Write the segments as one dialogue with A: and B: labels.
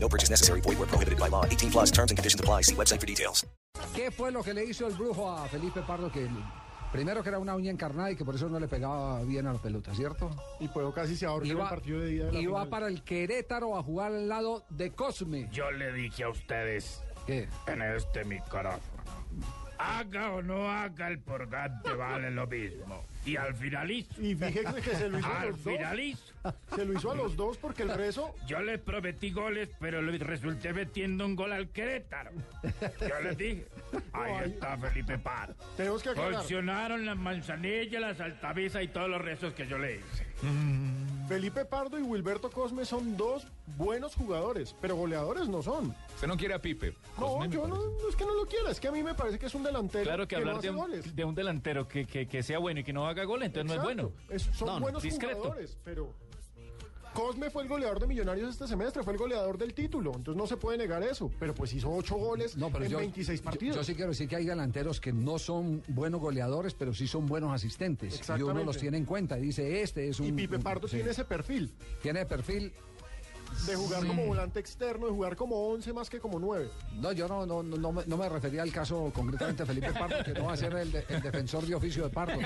A: No purchase necessary. Void where prohibited by law. 18 plus terms and conditions apply. See website for details.
B: ¿Qué fue lo que le hizo el brujo a Felipe Pardo? Que primero que era una uña encarnada y que por eso no le pegaba bien a la pelota, ¿cierto?
C: Y pues casi se ahorca en el
B: Iba,
C: partido de ida de la
B: iba
C: final.
B: para el Querétaro a jugar al lado de Cosme.
D: Yo le dije a ustedes
B: ¿Qué?
D: en este micrófono, haga o no haga el purgante vale lo mismo. Y al finalizo,
C: Y fíjese que se lo hizo a
D: al
C: los dos.
D: finalizo,
C: Se lo hizo a los dos porque el rezo.
D: yo les prometí goles, pero les resulté metiendo un gol al Querétaro. Yo les dije, ahí está Felipe Paz.
C: Tenemos
B: Pues
C: que aclarar.
D: Funcionaron las manzanillas, las altavizas y todos los rezos que yo le hice.
C: Felipe Pardo y Wilberto Cosme son dos buenos jugadores, pero goleadores no son.
E: Usted no quiere a Pipe.
C: No,
E: Cosme, me
C: yo no,
E: parece.
C: no es que no lo quiera, es que a mí me parece que es un delantero
F: Claro que,
C: no
F: hablar
C: hace
F: de
C: goles.
F: un, de un delantero que, que- que sea bueno y que no haga gol, entonces
C: Exacto.
F: no es bueno.
C: Es- son
F: No, no,
C: buenos
F: discreto.
C: jugadores, pero Cosme fue el goleador de Millonarios este semestre, fue el goleador del título, entonces no se puede negar eso. Pero pues hizo ocho goles
B: No, pero
C: en
B: yo,
C: 26
B: yo-
C: partidos.
B: yo sí quiero decir que hay delanteros que no son buenos goleadores, pero sí son buenos asistentes. Y uno
C: Exactamente.
B: los tiene en cuenta. Dice, este es un.
C: Y Pipe
B: un-
C: Pardo
B: sí.
C: tiene ese perfil
B: Tiene perfil.
C: de jugar como volante externo, de jugar como 11 más que como 9.
B: No, yo no, no, no, no me, no me refería al caso concretamente de Felipe Pardo, que no va a ser el, de- el defensor de oficio de Pardo.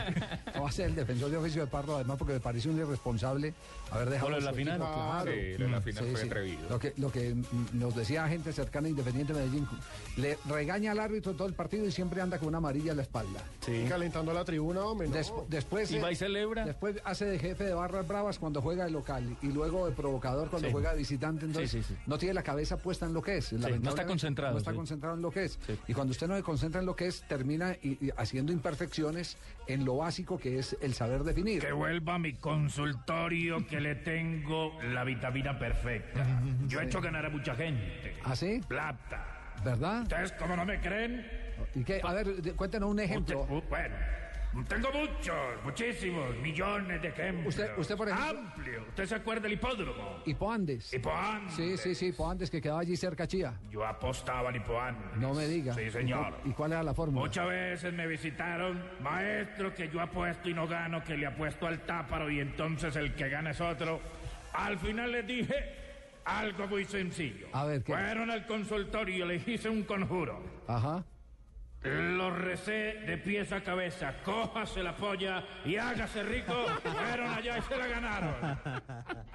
B: No va a ser el defensor de oficio de Pardo, además, porque me parece un irresponsable haber dejado.
F: Por lo de
B: su
F: la final.
B: equipo, claro. Mm,
E: Sí, lo de la final fue atrevido.
B: Lo que, lo que mm, nos decía gente cercana a Independiente Medellín, le regaña al árbitro todo el partido y siempre anda con una amarilla en la espalda.
C: Y calentando a la tribuna, hombre. no.
B: Despu- después,
F: Y
B: eh,
F: va y celebra.
B: después hace de jefe de barras bravas cuando juega de local y luego de provocador cuando
F: Sí.
B: juega de visitante. Entonces
F: Sí, sí, sí.
B: no tiene la cabeza puesta en lo que es. lamentablemente,
F: está concentrado,
B: No está
F: sí.
B: concentrado en lo que es.
F: Sí.
B: Y cuando usted no se concentra en lo que es, termina y- y haciendo imperfecciones en lo básico que es el saber definir.
D: Que vuelva a mi consultorio que le tengo la vitamina perfecta. Yo he hecho ganar a mucha gente.
B: ¿Ah, sí?
D: Plata.
B: ¿Verdad?
D: Ustedes como no me creen,
B: Y que, a ver, de- cuéntenos un ejemplo.
F: oh.
D: Usted- u- bueno, tengo muchos, muchísimos, millones de ejemplos.
B: Usted- usted, por ejemplo-
D: Amplio. ¿Usted se acuerda del hipódromo?
B: Hipoandes.
D: Hipoandes.
B: Sí, sí, sí, Hipoandes que quedaba allí cerca a Chía.
D: Yo apostaba al Hipoandes.
B: No me diga.
D: Sí, señor.
B: ¿Y cuál era la fórmula?
D: Muchas veces me visitaron, maestro, que yo apuesto y no gano, que le apuesto al táparo y entonces el que gana es otro. Al final les dije algo muy sencillo.
B: A ver, ¿qué?
D: Fueron al consultorio, les hice un conjuro.
B: Ajá.
D: Lo recé de pies a cabeza, cójase la polla y hágase rico. Fueron allá y se la ganaron.